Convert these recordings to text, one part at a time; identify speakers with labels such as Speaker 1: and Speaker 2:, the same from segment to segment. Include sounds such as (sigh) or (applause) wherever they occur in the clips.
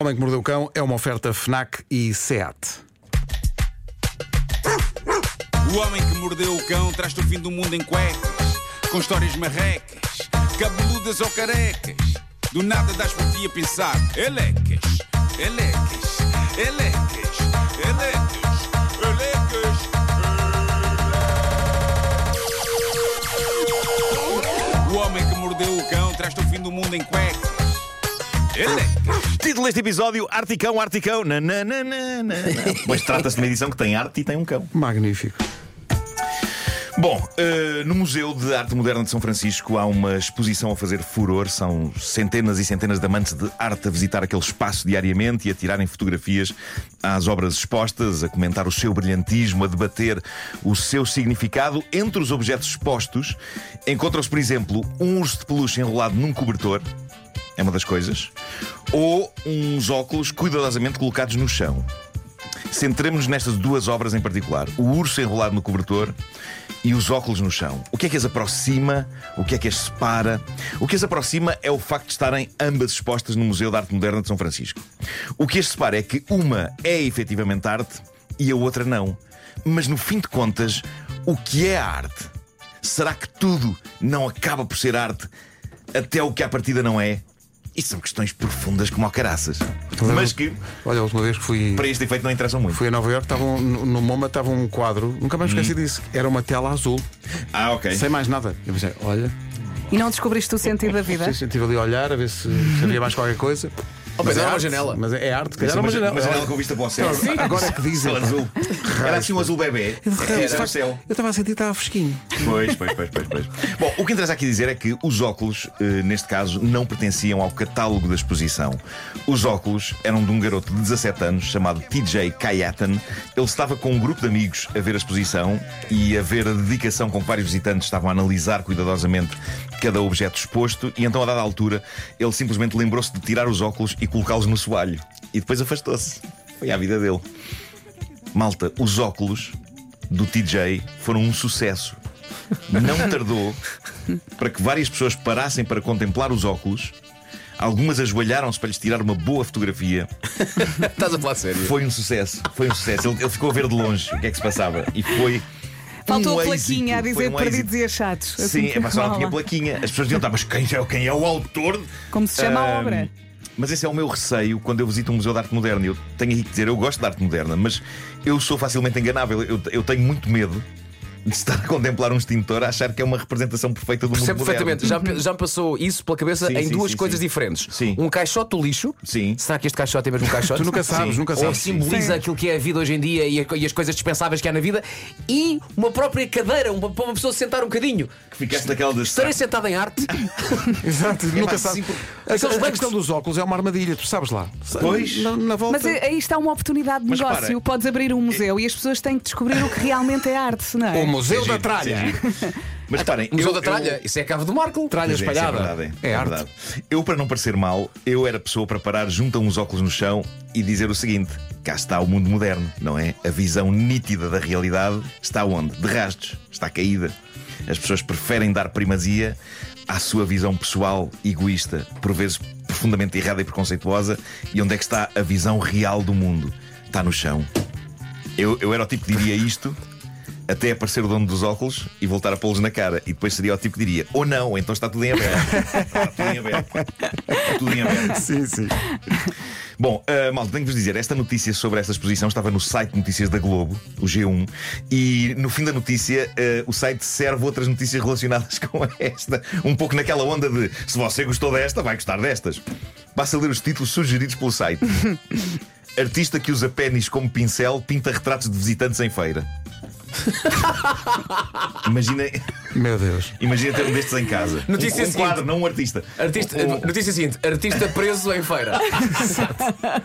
Speaker 1: O Homem que Mordeu o Cão é uma oferta FNAC e SEAT.
Speaker 2: O homem que mordeu o cão traz-te o fim do mundo em cuecas, com histórias marrecas, cabeludas ou carecas. Do nada das por ti a pensar, elecas, elecas, elecas, elecas, elecas. O homem que mordeu o cão traz-te o fim do mundo em cuecas. Elecas.
Speaker 3: Título deste episódio: Articão, Articão. Nananana. Pois trata-se de uma edição que tem arte e tem um cão.
Speaker 1: Magnífico.
Speaker 3: Bom, eh, no Museu de Arte Moderna de São Francisco há uma exposição a fazer furor. São centenas e centenas de amantes de arte a visitar aquele espaço diariamente e a tirarem fotografias às obras expostas, a comentar o seu brilhantismo, a debater o seu significado. Entre os objetos expostos, encontram-se, por exemplo, um urso de peluche enrolado num cobertor. É uma das coisas. Ou uns óculos cuidadosamente colocados no chão. Centremos-nos nestas duas obras em particular: o urso enrolado no cobertor e os óculos no chão. O que é que as aproxima? O que é que as separa? O que as aproxima é o facto de estarem ambas expostas no Museu de Arte Moderna de São Francisco. O que as separa é que uma é efetivamente arte e a outra não. Mas no fim de contas, o que é a arte? Será que tudo não acaba por ser arte até o que à partida não é? E são questões profundas como ao caraças. Mas que,
Speaker 1: Olha, a última vez que fui,
Speaker 3: para este efeito, não interessam muito.
Speaker 1: fui a Nova Iorque, estava um- no, no MoMA estava um quadro, nunca mais me esqueci
Speaker 3: Hum.
Speaker 1: disso. Era uma tela azul,
Speaker 3: Ah, ok.
Speaker 1: sem mais nada. Eu pensei, olha,
Speaker 4: E não descobriste o sentido da vida?
Speaker 1: se estive ali a olhar a ver se havia mais qualquer coisa. mas
Speaker 5: era
Speaker 1: é
Speaker 5: uma
Speaker 1: arte,
Speaker 5: janela.
Speaker 1: Mas é é arte, calhar
Speaker 3: Sim,
Speaker 1: era uma
Speaker 3: mas-
Speaker 1: janela.
Speaker 3: Mas janela com vista para o céu.
Speaker 1: Agora é que dizem.
Speaker 3: Céu
Speaker 1: pá.
Speaker 3: azul. Era assim um azul bebê. Era o céu.
Speaker 1: Eu estava a sentir que estava fresquinho.
Speaker 3: Pois, pois, pois, pois, pois. Bom, o que interessa aqui dizer é que os óculos, eh, neste caso, não pertenciam ao catálogo da exposição. Os óculos eram de um garoto de 17 anos chamado TJ Kayatan. Ele estava com um grupo de amigos a ver a exposição e a ver a dedicação com que vários visitantes estavam a analisar cuidadosamente cada objeto exposto. E então, a dada altura, ele simplesmente lembrou-se de tirar os óculos e colocá-los no soalho. E depois afastou-se. Foi à vida dele. Malta, os óculos do TJ foram um sucesso. Não tardou para que várias pessoas parassem para contemplar os óculos. Algumas ajoelharam-se para lhes tirar uma boa fotografia.
Speaker 5: Estás a falar sério?
Speaker 3: Foi um sucesso, foi um sucesso. Ele, ele ficou a ver de longe o que é que se passava e foi.
Speaker 4: Faltou
Speaker 3: um
Speaker 4: a
Speaker 3: êxito,
Speaker 4: plaquinha a
Speaker 3: foi
Speaker 4: dizer
Speaker 3: um
Speaker 4: perdidos
Speaker 3: êxito.
Speaker 4: e achados. assim,
Speaker 3: Sim, é pá, só não tinha plaquinha. As pessoas diziam, tá, mas quem é, quem é o autor?
Speaker 4: Como se chama a
Speaker 3: Ahm,
Speaker 4: obra?
Speaker 3: Mas esse é o meu receio quando eu visito um museu de arte moderna. Eu tenho aqui que dizer, eu gosto de arte moderna, mas eu sou facilmente enganável. Eu, eu tenho muito medo de estar a contemplar um extintor a achar que é uma representação perfeita do mundo
Speaker 5: Percebo
Speaker 3: moderno.
Speaker 5: perfeitamente. Já, me- já me passou isso pela cabeça
Speaker 3: Sim,
Speaker 5: em
Speaker 3: sim,
Speaker 5: duas
Speaker 3: sim,
Speaker 5: coisas
Speaker 3: sim.
Speaker 5: diferentes.
Speaker 3: Sim.
Speaker 5: Um caixote do lixo.
Speaker 3: Sim.
Speaker 5: Será que este caixote
Speaker 3: (laughs)
Speaker 5: é mesmo um caixote?
Speaker 1: Tu nunca sabes,
Speaker 3: Sim.
Speaker 1: nunca
Speaker 5: Ou
Speaker 1: sabes.
Speaker 5: simboliza
Speaker 4: Sim.
Speaker 5: aquilo que é a vida hoje em dia e, a co- e as coisas dispensáveis que há na vida. E uma própria cadeira, uma, para uma pessoa sentar um bocadinho.
Speaker 3: Que ficaste naquela de "Ah,
Speaker 5: Estarei sentado em
Speaker 3: (laughs)
Speaker 5: arte.
Speaker 1: (laughs) Exato, nunca
Speaker 3: É pá,
Speaker 1: sabes.
Speaker 3: sim, porque-
Speaker 1: A-
Speaker 5: Aqueles
Speaker 1: A,
Speaker 5: bancos-
Speaker 1: questão dos óculos é uma armadilha, tu sabes lá.
Speaker 3: Pois.
Speaker 1: Na, na volta.
Speaker 4: Mas é- aí está uma oportunidade de
Speaker 3: Mas
Speaker 4: negócio.
Speaker 3: repara,
Speaker 4: Podes abrir um museu e as pessoas têm que descobrir o que realmente é arte, não é?
Speaker 1: O Museu
Speaker 3: Giro,
Speaker 1: da Tralha.
Speaker 3: sim, giro. Mas parem,
Speaker 5: um Museu
Speaker 3: eu,
Speaker 5: da
Speaker 3: eu-
Speaker 5: Tralha. Isso é a cave do Marco.
Speaker 1: Tralha
Speaker 3: Pois é, isso
Speaker 1: espalhada.
Speaker 3: É, verdade,
Speaker 1: É arte.
Speaker 3: verdade. Eu, para não parecer mal, eu era pessoa para parar junto a uns óculos no chão e dizer o seguinte: cá está o mundo moderno, não é? A visão nítida da realidade está onde? De rastos, está caída. As pessoas preferem dar primazia à sua visão pessoal, egoísta, por vezes profundamente errada e preconceituosa. E onde é que está a visão real do mundo? Está no chão. Eu, eu era o tipo que diria isto até aparecer o dono dos óculos e voltar a pô-los na cara. E depois seria o tipo que diria: ou não, ou então está tudo
Speaker 1: (laughs)
Speaker 3: em aberto. Está tudo em aberto. Está tudo em aberto.
Speaker 1: Sim, sim.
Speaker 3: Bom, ah, malta, tenho que vos dizer: esta notícia sobre esta exposição estava no site de notícias da Globo, o G1, e no fim da notícia ah, o site serve outras notícias relacionadas (laughs) com esta. Um pouco naquela onda de: se você gostou desta, vai gostar destas. Basta ler os títulos sugeridos
Speaker 1: (laughs)
Speaker 3: pelo site. Artista que usa pênis como pincel pinta retratos de visitantes em feira. Imaginem.
Speaker 1: Meu Deus.
Speaker 3: Imagina ter um destes em casa.
Speaker 5: Notícia
Speaker 3: um, um
Speaker 5: seguinte.
Speaker 3: quadro, não um artista.
Speaker 5: Artista, eh,
Speaker 3: Um- um-
Speaker 5: Notícia seguinte: artista preso em feira.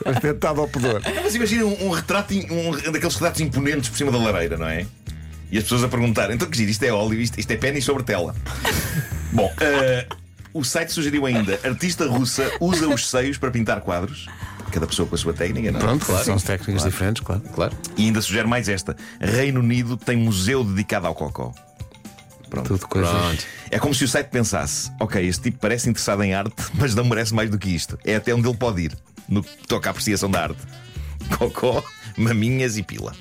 Speaker 1: Atentado ao pudor.
Speaker 3: Não, mas imagina um, um retrato, im- um, daqueles retratos imponentes por cima da lareira, não é? E as pessoas a perguntar: então que giro, isto é óleo, isto, isto é pênis sobre
Speaker 5: (laughs)
Speaker 3: tela. Bom, eh, o site sugeriu ainda: artista russa usa os seios para pintar quadros. Cada pessoa com a sua técnica, não é?
Speaker 1: Pronto, são técnicas diferentes, claro.
Speaker 5: Claro.
Speaker 3: E ainda sugere mais esta: Reino Unido tem museu dedicado ao cocó. Pronto.
Speaker 1: Tudo coisas.
Speaker 3: É como (laughs) se o site pensasse: ok, este tipo parece interessado em arte, mas não merece mais do que isto. É até onde ele pode ir. no que toca à apreciação da arte: cocó, maminhas e pila.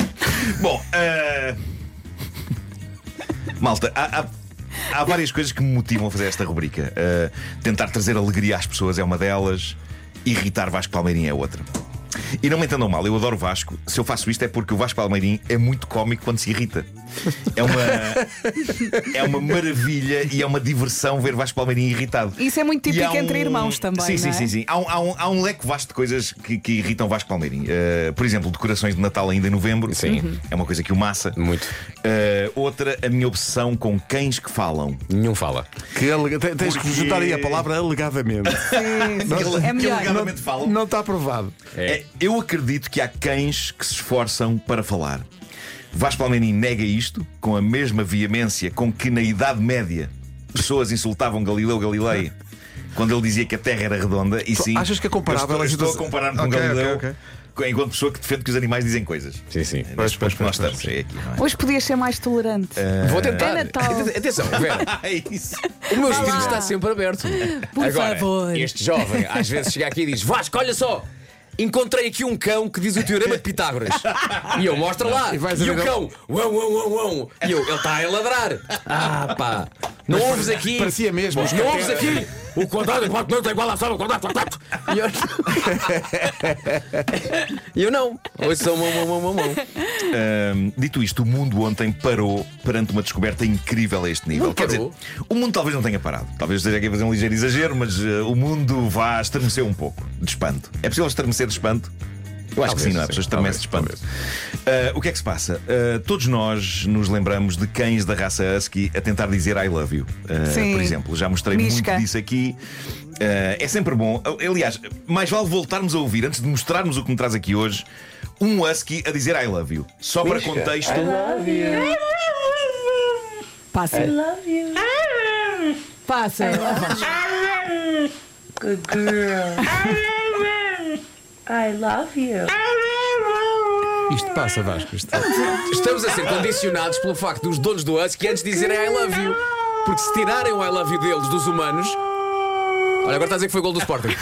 Speaker 3: Bom, ah, malta, há, há- há várias coisas que me motivam a fazer esta rubrica. Ah, tentar trazer alegria às pessoas é uma delas, irritar Vasco Palmeirim é outra. E não me entendam mal, eu adoro Vasco. Se eu faço isto é porque o Vasco Palmeirim é muito cómico quando se irrita. É uma, é uma maravilha e é uma diversão ver Vasco Palmeirim irritado.
Speaker 4: Isso é muito
Speaker 3: E
Speaker 4: típico
Speaker 3: há um-
Speaker 4: entre irmãos também,
Speaker 3: Sim,
Speaker 4: não
Speaker 3: sim,
Speaker 4: é?
Speaker 3: sim, sim. Há um, há um- há um leque vasto de coisas que, que irritam Vasco Palmeirim. Eh, por exemplo, decorações de Natal ainda em novembro.
Speaker 5: Sim. Uhum.
Speaker 3: É uma coisa que o massa.
Speaker 5: Muito.
Speaker 3: Eh, outra, a minha obsessão com cães que falam.
Speaker 5: Nenhum fala.
Speaker 1: Que alega- te- Tens que
Speaker 3: Porque-
Speaker 1: juntar aí a palavra alegadamente.
Speaker 4: Sim, sim. É
Speaker 3: que
Speaker 4: melhor.
Speaker 3: alegadamente falam.
Speaker 1: Não está aprovado.
Speaker 3: É, eu acredito que há cães que se esforçam para falar. Vasco Palmeirim nega isto com a mesma veemência com que na Idade Média pessoas insultavam Galileu Galilei quando ele dizia que a Terra era redonda. E sim,
Speaker 1: achas que é comparável
Speaker 3: Eu
Speaker 1: a
Speaker 3: estou, eu estou a
Speaker 1: situação?
Speaker 3: comparar com
Speaker 1: Ok,
Speaker 3: Galileu
Speaker 1: ok,
Speaker 3: enquanto pessoa que defende que os animais dizem coisas.
Speaker 5: Sim, sim.
Speaker 3: É
Speaker 1: Pois,
Speaker 3: neste
Speaker 1: pois,
Speaker 3: ponto que nós
Speaker 1: pois,
Speaker 3: estamos é aqui, não é?
Speaker 4: Hoje podias ser mais tolerante.
Speaker 5: Vou tentar.
Speaker 4: É Natal.
Speaker 5: Ate- Atenção, Vera.
Speaker 3: Ah, (laughs) é isso.
Speaker 5: O meu
Speaker 4: Vá
Speaker 5: estilo
Speaker 4: lá.
Speaker 5: está sempre aberto.
Speaker 4: Por
Speaker 5: Agora,
Speaker 4: favor.
Speaker 5: este jovem às vezes chega aqui e diz: Vasco, olha só! Encontrei aqui um cão que diz o teorema de Pitágoras. E eu mostro lá.
Speaker 1: E
Speaker 5: E,
Speaker 1: vais a
Speaker 5: o
Speaker 1: ver-
Speaker 5: cão, uau, uau, uau, uau. E eu, ele está a ladrar. Ah, pá. Não ouves aqui.
Speaker 1: parecia mesmo. é-
Speaker 5: Não ouves aqui. O quadrado igual não é igual à sala, o quadrado, quadrado. E eu. E (laughs) eu não. Hoje são mão, mão, mão, mão, mão.
Speaker 3: Ahm, dito isto, o mundo ontem parou perante uma descoberta incrível a este nível.
Speaker 5: mundo
Speaker 3: Quer dizer,
Speaker 5: parou?
Speaker 3: o mundo talvez não tenha parado. Talvez esteja aqui a fazer um ligeiro exagero, mas eh, o mundo vá estremecer um pouco de espanto. É possível estremecer de espanto? Eu acho que sim,
Speaker 5: Talvez,
Speaker 3: não é?
Speaker 5: sim.
Speaker 3: As pessoas estremecem de espanto. Ah, o que é que se passa? Ah, todos nós nos lembramos de cães da raça Husky a tentar dizer I love you. Ah,
Speaker 4: Sim.
Speaker 3: Por exemplo, já mostrei
Speaker 4: Misca.
Speaker 3: É muito disso aqui. Ah, é sempre bom. Aliás, mais vale voltarmos a ouvir antes de mostrarmos o que me traz aqui hoje. Um husky a dizer I love you. Só para contexto.
Speaker 4: Ah, Passa. Passa.
Speaker 6: Good girl. I love you.
Speaker 1: Isto passa, Vasco.
Speaker 4: É
Speaker 1: Isto.
Speaker 5: Estamos a ser condicionados pelo facto dos donos do Husky antes dizerem I love you. Porque se tirarem o I love you deles dos humanos. Olha, agora estás a dizer que foi gol do Sporting.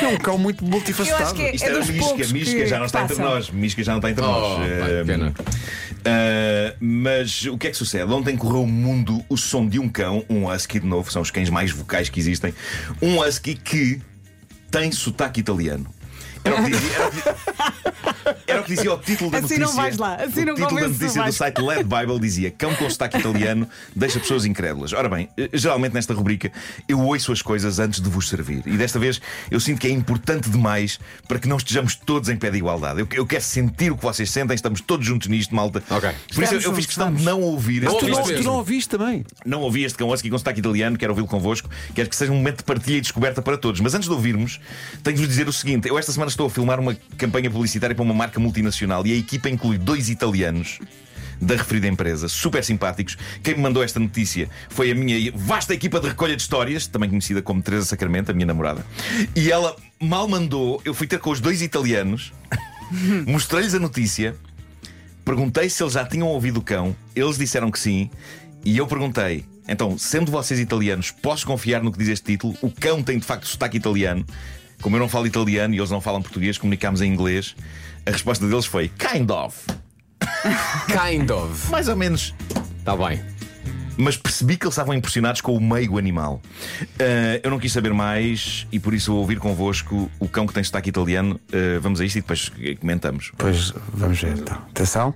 Speaker 1: É um cão muito multifacetado.
Speaker 4: Eu acho que é-
Speaker 3: Isto era
Speaker 4: dos
Speaker 3: Misca,
Speaker 4: poucos que
Speaker 3: Misca já não está entre
Speaker 4: passam.
Speaker 3: nós. Misca já não está entre
Speaker 5: Oh,
Speaker 3: nós.
Speaker 5: pá, que
Speaker 3: Ahm,
Speaker 5: pena.
Speaker 3: ah, mas o que é que sucede? Ontem correu o mundo o som de um cão, um husky de novo, são os cães mais vocais que existem. Um husky que tem sotaque italiano. Era o que dizia, era o que- era o que dizia o título da
Speaker 4: Assim
Speaker 3: notícia.
Speaker 4: não vais lá, assim
Speaker 3: o
Speaker 4: não
Speaker 3: título da
Speaker 4: convences,
Speaker 3: notícia do
Speaker 4: vais.
Speaker 3: um site Led Bible dizia: Cão com sotaque italiano deixa pessoas incrédulas. Ora bem, eh, geralmente nesta rubrica eu ouço as coisas antes de vos servir. E desta vez eu sinto que é importante demais para que não estejamos todos em pé de igualdade. Eu, eu quero sentir o que vocês sentem, estamos todos juntos nisto, malta. Por isso
Speaker 5: Ok.
Speaker 3: eu,
Speaker 4: Estamos
Speaker 3: eu
Speaker 4: juntos,
Speaker 3: fiz questão de não ouvir este
Speaker 1: Tu não,
Speaker 5: ouviste
Speaker 1: tu
Speaker 5: mesmo.
Speaker 1: não ouviste também.
Speaker 3: não ouvi este cão husky com sotaque italiano, quero ouvi-lo convosco, quero que seja um momento de partilha e descoberta para todos. Mas antes de ouvirmos, tenho de vos dizer o seguinte: eu esta semana estou a filmar uma campanha publicitária para uma marca multinacional e a equipa inclui dois italianos. Da referida empresa, super simpáticos. Quem me mandou esta notícia foi a minha vasta equipa de recolha de histórias, também conhecida como Teresa Sacramento, a minha namorada. E ela mal mandou, eu fui ter com os dois italianos, (laughs) mostrei-lhes a notícia, Perguntei se eles já tinham ouvido o cão, eles disseram que sim, e eu perguntei: então, sendo vocês italianos, posso confiar no que diz este título? O cão tem de facto sotaque italiano. Como eu não falo italiano e eles não falam português, comunicámos em inglês. A resposta deles foi: kind of.
Speaker 5: Kind of.
Speaker 3: Mais ou menos.
Speaker 5: Está bem.
Speaker 3: Mas percebi que eles estavam impressionados com o meio animal. Ah, eu não quis saber mais e por isso vou ouvir convosco o cão que tem sotaque italiano. Ah, vamos a isto e depois comentamos.
Speaker 1: Pois vamos ver então. Atenção.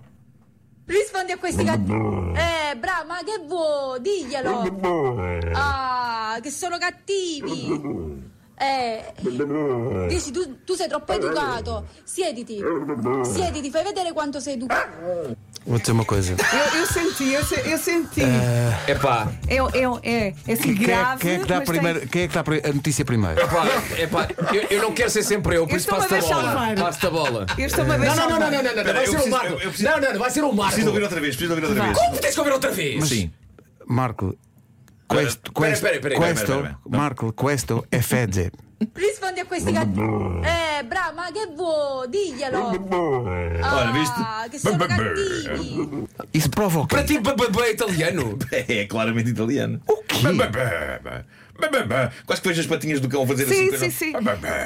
Speaker 7: Rispondi a questi gatti. Eh, brava, ma che vuoi? Diglielo. Ah, che sono cattivi. Eh, dici, tu, tu sei troppo educato. Siediti. Siediti, fai vedere quanto sei educato.
Speaker 1: Vou dizer uma coisa.
Speaker 4: Eu, eu senti, eu, se- eu senti.
Speaker 5: Epá,
Speaker 4: Eu, eu, é, é assim
Speaker 1: Quem é,
Speaker 4: grave.
Speaker 1: quem é que dá,
Speaker 4: mas tem-
Speaker 1: primeiro, quem é que dá pri- a notícia primeiro?
Speaker 5: epá, epá. Eu, eu não quero ser sempre eu, por
Speaker 4: Eu
Speaker 5: isso
Speaker 4: estou-me
Speaker 5: passo-te a
Speaker 4: a deixar
Speaker 5: bola.
Speaker 4: levar.
Speaker 5: Passo-te a bola.
Speaker 4: Eu estou-me a
Speaker 5: Não,
Speaker 4: deixar.
Speaker 5: não, não, não, não, não, não.
Speaker 3: Espera,
Speaker 5: Vai
Speaker 3: eu
Speaker 5: ser o
Speaker 3: preciso-
Speaker 5: Marco.
Speaker 3: eu preciso-
Speaker 5: Não, não, não, vai ser o Marco.
Speaker 3: Preciso ouvir outra vez, preciso ouvir outra vez.
Speaker 5: Como tens que ouvir outra vez?
Speaker 3: Sim.
Speaker 1: Marco. Questo, questo,
Speaker 5: espera, espera, espera,
Speaker 1: questo,
Speaker 3: espera, espera.
Speaker 1: Marco, questo è fede.
Speaker 7: Rispondi a questi gatti. Eh, brava, ma che vuoi? Diglielo.
Speaker 3: Ora, viste?
Speaker 7: Ah, che sono cattivi.
Speaker 1: Isso provoca.
Speaker 5: Para ti, bababá é italiano.
Speaker 3: É claramente italiano. O quê? Quase que vejo as patinhas do cão fazer assim.
Speaker 4: Sim,
Speaker 3: coisa.
Speaker 4: sim, sim.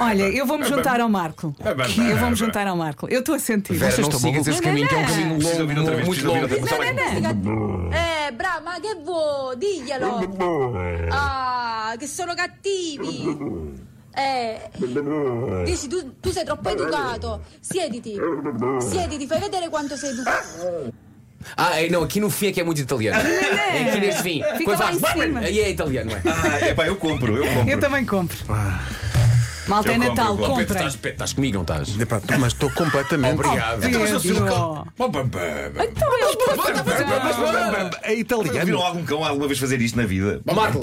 Speaker 4: Olha, eu vou-me juntar ao Marco. Eu vou-me juntar ao Marco. Eu estou a sentir.
Speaker 5: Vera,
Speaker 1: Vocês
Speaker 5: não
Speaker 1: estão
Speaker 5: sigas esse
Speaker 1: malucos?
Speaker 5: caminho, que é um
Speaker 4: Não, não, não.
Speaker 5: caminho
Speaker 3: Preciso ouvir outra
Speaker 5: longo,
Speaker 3: vez,
Speaker 5: muito
Speaker 3: preciso ouvir
Speaker 5: longo.
Speaker 3: outra vez.
Speaker 7: Eh, brava, ma che vuoi? Diglielo! Ah, che sono cattivi! Eh, dici, tu, tu sei troppo educato! Siediti! Siediti, fai vedere quanto sei educato!
Speaker 5: Ah, é, não, aqui no fim é que é muito italiano. É aqui neste fim.
Speaker 4: Fica
Speaker 5: Quando
Speaker 4: lá
Speaker 5: faz.
Speaker 4: em cima.
Speaker 5: Aí é italiano, é.
Speaker 3: Ah, é pá, eu compro, eu compro.
Speaker 4: Eu também compro. Malta
Speaker 3: Ah. Eu
Speaker 4: é
Speaker 3: compro,
Speaker 4: Natal,
Speaker 3: eu compro.
Speaker 5: Pedro,
Speaker 4: compra.
Speaker 5: estás, Pedro, estás comigo, não estás?
Speaker 1: Epá, tu- Mas estou completamente.
Speaker 5: Obrigado.
Speaker 4: Pedro. Então eles
Speaker 1: É
Speaker 3: Viram
Speaker 1: italiano.
Speaker 3: algum cão alguma vez fazer isto na vida?
Speaker 5: Marco,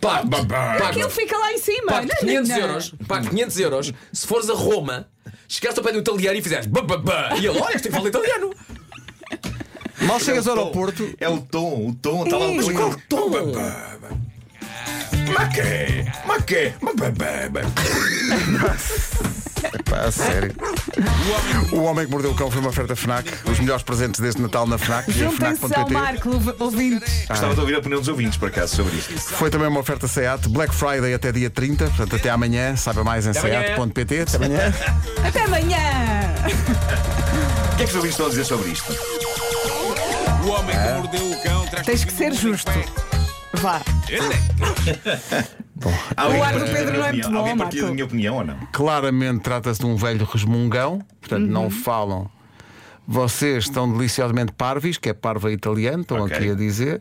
Speaker 5: pacto.
Speaker 4: Aquilo
Speaker 5: Pacto.
Speaker 4: fica lá em cima.
Speaker 5: Pacto
Speaker 4: Não,
Speaker 5: 500
Speaker 4: não, não.
Speaker 5: euros. Pacto 500 euros. Se fores a Roma, chegaste ao pé do italiano e fizeres. ba, ba, ba, E ele, olha, este fala italiano. (laughs)
Speaker 1: Mal chegas ao
Speaker 3: Tom.
Speaker 1: aeroporto.
Speaker 3: É o tom, o tom, está lá o
Speaker 4: Mas
Speaker 3: tom.
Speaker 4: qual
Speaker 5: tom?
Speaker 3: Maquê, maquê, maquê.
Speaker 1: Pá, a sério. O Homem que Mordeu o Cão foi uma oferta Fnac. Os melhores presentes deste Natal na Fnac e em
Speaker 4: Juntem-se ao
Speaker 1: Fnac.pt.
Speaker 4: Marco, ouvintes.
Speaker 3: Gostava de ouvir a opinião dos ouvintes, por acaso, sobre isto.
Speaker 1: Foi também uma oferta SEAT. Black Friday até dia 30. Portanto, até amanhã. Saiba mais em
Speaker 5: Até amanhã.
Speaker 1: SEAT.pt. Até amanhã.
Speaker 4: Até amanhã!
Speaker 3: O que é que os ouvintes estão a dizer sobre isto?
Speaker 2: O homem que mordeu o cão traz
Speaker 4: É. Tens que ser justo. Vá.
Speaker 3: Alguém
Speaker 4: ar do
Speaker 3: partilha
Speaker 4: Pedro
Speaker 3: da minha opinião?
Speaker 4: não é muito bom,
Speaker 3: Alguém partilha da
Speaker 4: Marco.
Speaker 3: minha opinião ou não?
Speaker 1: Claramente trata-se de um velho resmungão. Portanto, não falam. Vocês estão deliciosamente parvis, que é parva italiano, estão
Speaker 3: Ok.
Speaker 1: aqui a dizer.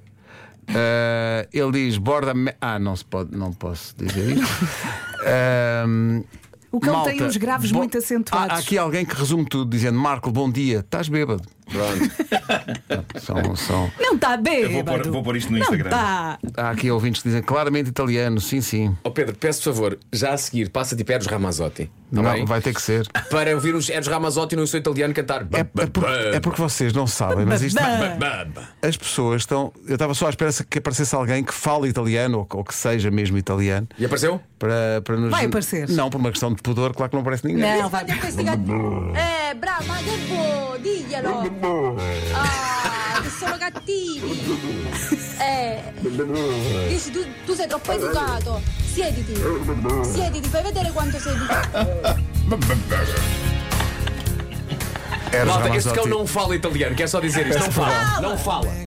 Speaker 1: Ah, ele diz borda. me- Ah, não se pode, não posso dizer isto. Ahm,
Speaker 4: O cão tem uns graves
Speaker 1: bo-
Speaker 4: muito acentuados.
Speaker 1: Há, há aqui alguém que resume tudo dizendo: Marco, bom dia, estás bêbado. Pronto. (laughs) são, são...
Speaker 4: Não está
Speaker 3: Eu vou
Speaker 4: bêbado.
Speaker 3: pôr, vou pôr isto no
Speaker 4: Não tá.
Speaker 3: Instagram.
Speaker 4: está.
Speaker 1: Há aqui ouvintes que dizem claramente italiano, sim, sim.
Speaker 5: Ó Oh, Pedro, peço por favor, já a seguir, passa de Eros Ramazzotti. Tá
Speaker 1: Não,
Speaker 5: bem?
Speaker 1: vai ter que ser.
Speaker 5: Para ouvirmos Eros Ramazzotti no seu italiano cantar.
Speaker 1: É, é porque, é porque vocês não sabem, mas isto.
Speaker 4: Bã.
Speaker 1: As pessoas estão. Eu estava só à espera que aparecesse alguém que fale italiano ou, que- ou que seja mesmo italiano
Speaker 5: E apareceu?
Speaker 1: para, para nos.
Speaker 4: Vai aparecer.
Speaker 1: Não, por uma questão de pudor, claro que não aparece ninguém.
Speaker 4: Não, vai.
Speaker 7: Rispondi a questi cattivi! Eh, brava, ma che vuoi? Diglielo! Ah, che sono cattivi! Eh, dici, tu, tu sei troppo educato! Siediti! Siediti, fai vedere quanto sei educato!
Speaker 1: Eros
Speaker 5: Malta, este
Speaker 1: Ramazzotti.
Speaker 5: é cão não fala italiano, quer só dizer isto. Não fala, não fala.